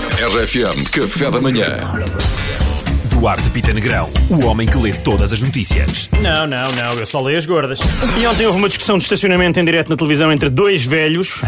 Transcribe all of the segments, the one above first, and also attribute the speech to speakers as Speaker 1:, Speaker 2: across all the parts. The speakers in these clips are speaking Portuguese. Speaker 1: RFM Café da Manhã.
Speaker 2: Duarte Pita Negrão, o homem que lê todas as notícias.
Speaker 3: Não, não, não, eu só leio as gordas. E ontem houve uma discussão de estacionamento em direto na televisão entre dois velhos.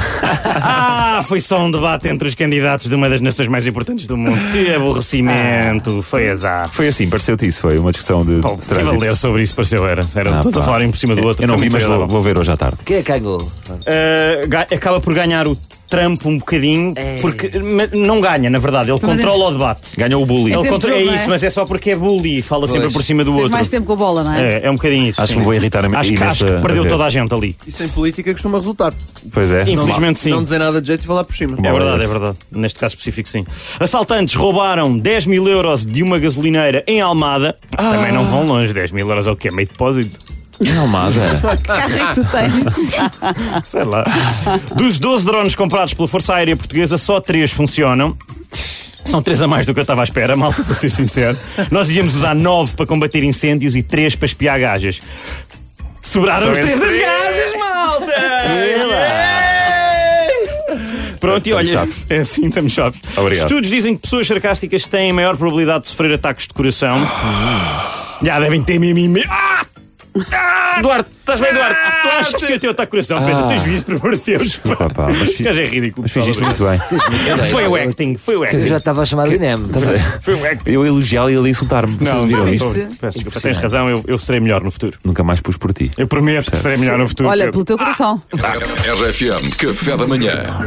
Speaker 3: Ah, foi só um debate entre os candidatos de uma das nações mais importantes do mundo. Que aborrecimento, foi azar.
Speaker 4: Foi assim, pareceu-te isso, foi uma discussão de, de
Speaker 3: Estive Ah. a ler
Speaker 4: trânsito.
Speaker 3: sobre isso, pareceu era. Era todos
Speaker 4: pá.
Speaker 3: a falarem por cima do outro.
Speaker 4: Eu não
Speaker 3: Foi
Speaker 4: vi, mas
Speaker 3: muito
Speaker 4: vou,
Speaker 3: agradável.
Speaker 4: vou ver hoje à tarde.
Speaker 5: Quem é que ganhou?
Speaker 3: Uh, ga- acaba por ganhar o Trump um bocadinho,
Speaker 6: É.
Speaker 3: porque ma- não ganha, na verdade. Ele controla o debate.
Speaker 4: Ganhou o bullying.
Speaker 3: Ele controla,
Speaker 6: jogo,
Speaker 3: é
Speaker 6: não é?
Speaker 3: isso, mas é só porque é bully, fala sempre
Speaker 5: Pois.
Speaker 3: por cima do
Speaker 6: Tens
Speaker 3: outro.
Speaker 6: mais tempo com a bola, não é?
Speaker 3: É, é um bocadinho isso.
Speaker 4: Acho que
Speaker 3: sim.
Speaker 4: me vou irritar a-
Speaker 3: Acho que,
Speaker 4: imenso
Speaker 3: acho que
Speaker 4: a-
Speaker 3: perdeu
Speaker 4: a ver.
Speaker 3: toda a gente ali.
Speaker 7: Isso em política costuma resultar.
Speaker 4: Pois é.
Speaker 3: Infelizmente sim.
Speaker 7: Não dizer nada de jeito e falar por cima.
Speaker 4: Bom,
Speaker 3: É verdade,
Speaker 4: é
Speaker 3: é
Speaker 4: isso.
Speaker 3: verdade. Neste caso específico, sim. Assaltantes roubaram 10 mil euros de uma gasolineira em Almada. Também não vão longe, 10 mil euros é o quê? Meio depósito.
Speaker 4: Não, Almada.
Speaker 6: Carro é que tu tens.
Speaker 3: Sei lá. Dos 12 drones comprados pela Força Aérea Portuguesa, só 3 funcionam. São 3 a mais do que eu estava à espera, mal para ser sincero. Nós íamos usar 9 para combater incêndios e 3 para espiar gajas. Sobraram os 3 das gajas, malta! Pronto, e
Speaker 4: Estamos
Speaker 3: olha,
Speaker 4: chaves.
Speaker 3: é assim, estamos chaves.
Speaker 4: Obrigado.
Speaker 3: Estudos dizem que pessoas sarcásticas têm maior probabilidade de sofrer ataques de coração.
Speaker 4: Ah.
Speaker 3: Já devem ter mimimi. Ah!
Speaker 4: Duarte, estás bem, Duarte?
Speaker 3: Tu achas que eu tenho ataque de coração, Pedro? Tens juízo, por amor de Deus.
Speaker 4: Desculpa, pá, mas
Speaker 3: Este gajo é ridículo.
Speaker 4: Mas fingiste muito bem.
Speaker 3: Foi o acting, foi o
Speaker 5: é Eu
Speaker 3: acting.
Speaker 5: já estava a chamar o INEM.
Speaker 3: Foi o acting.
Speaker 4: Eu elogiá-lo e ele a insultar-me. Vocês viram
Speaker 6: não,
Speaker 4: isto?
Speaker 6: isto-
Speaker 3: Peço desculpa, tens razão, eu, eu serei melhor no futuro.
Speaker 4: Nunca mais pus por ti.
Speaker 3: Eu prometo que serei melhor no futuro.
Speaker 6: Olha,
Speaker 3: Pedro.
Speaker 6: pelo teu coração.
Speaker 1: RFM Café da Manhã.